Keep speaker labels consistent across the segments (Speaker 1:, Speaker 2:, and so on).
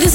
Speaker 1: this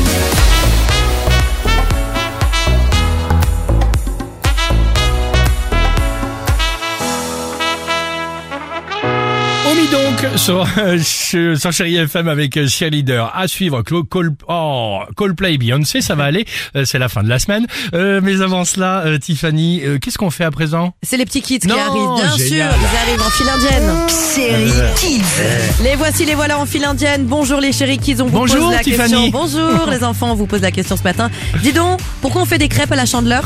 Speaker 2: On mit donc sur, euh, ch- sur Chéri FM avec euh, Cheerleader. À suivre, Clo- Col- oh, Coldplay, Beyoncé, ça va aller. Euh, c'est la fin de la semaine. Euh, mais avant cela, euh, Tiffany, euh, qu'est-ce qu'on fait à présent
Speaker 3: C'est les petits kids
Speaker 2: Non,
Speaker 3: qui arrivent, bien
Speaker 2: génial.
Speaker 3: sûr. Ils arrivent en file indienne.
Speaker 4: Chérie Kids.
Speaker 3: Les voici, les voilà en file indienne. Bonjour les chéris kids, on vous
Speaker 2: Bonjour,
Speaker 3: pose la
Speaker 2: Tiffany.
Speaker 3: question. Bonjour les enfants, on vous pose la question ce matin. Dis donc, pourquoi on fait des crêpes à la chandeleur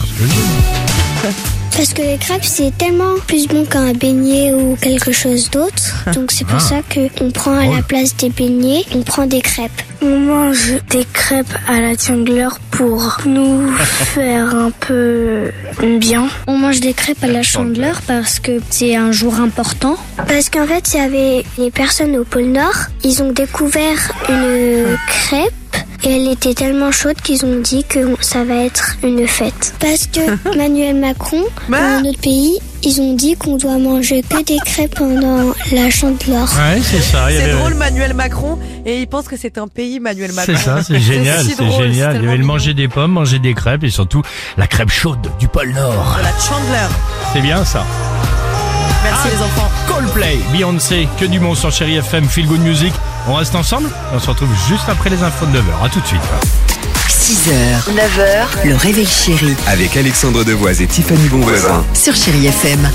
Speaker 5: Parce que les crêpes, c'est tellement plus bon qu'un beignet ou quelque chose d'autre. Donc c'est pour ça que on prend à la place des beignets, on prend des crêpes. On mange des crêpes à la Tiangler pour nous faire un peu bien. On mange des crêpes à la Chandeleur parce que c'est un jour important. Parce qu'en fait, il y avait les personnes au pôle Nord, ils ont découvert une crêpe et elle était tellement chaude qu'ils ont dit que ça va être une fête. Parce que Emmanuel Macron, dans notre pays, ils ont dit qu'on doit manger que des crêpes pendant la chandeleur.
Speaker 2: Ouais, c'est ça. il y
Speaker 3: C'est
Speaker 2: avait-
Speaker 3: drôle, Manuel Macron. Et il pense que c'est un pays, Manuel Macron.
Speaker 2: C'est ça, c'est génial,
Speaker 3: si
Speaker 2: c'est
Speaker 3: drôle,
Speaker 2: génial.
Speaker 3: c'est
Speaker 2: Il y
Speaker 3: tellement
Speaker 2: avait le
Speaker 3: mignon.
Speaker 2: manger des pommes, manger des crêpes et surtout la crêpe chaude du pôle Nord.
Speaker 3: De la chandeleur.
Speaker 2: C'est bien ça.
Speaker 4: Ah.
Speaker 3: Merci les enfants.
Speaker 2: Coldplay, Beyoncé, que du bon sur Chéri FM, Feel Good Music. On reste ensemble On se retrouve juste après les infos de 9h. À tout de suite.
Speaker 4: 6h, 9h, le réveil chéri
Speaker 6: avec Alexandre Devoise et Tiffany Bonvoisin.
Speaker 4: sur Chérie FM.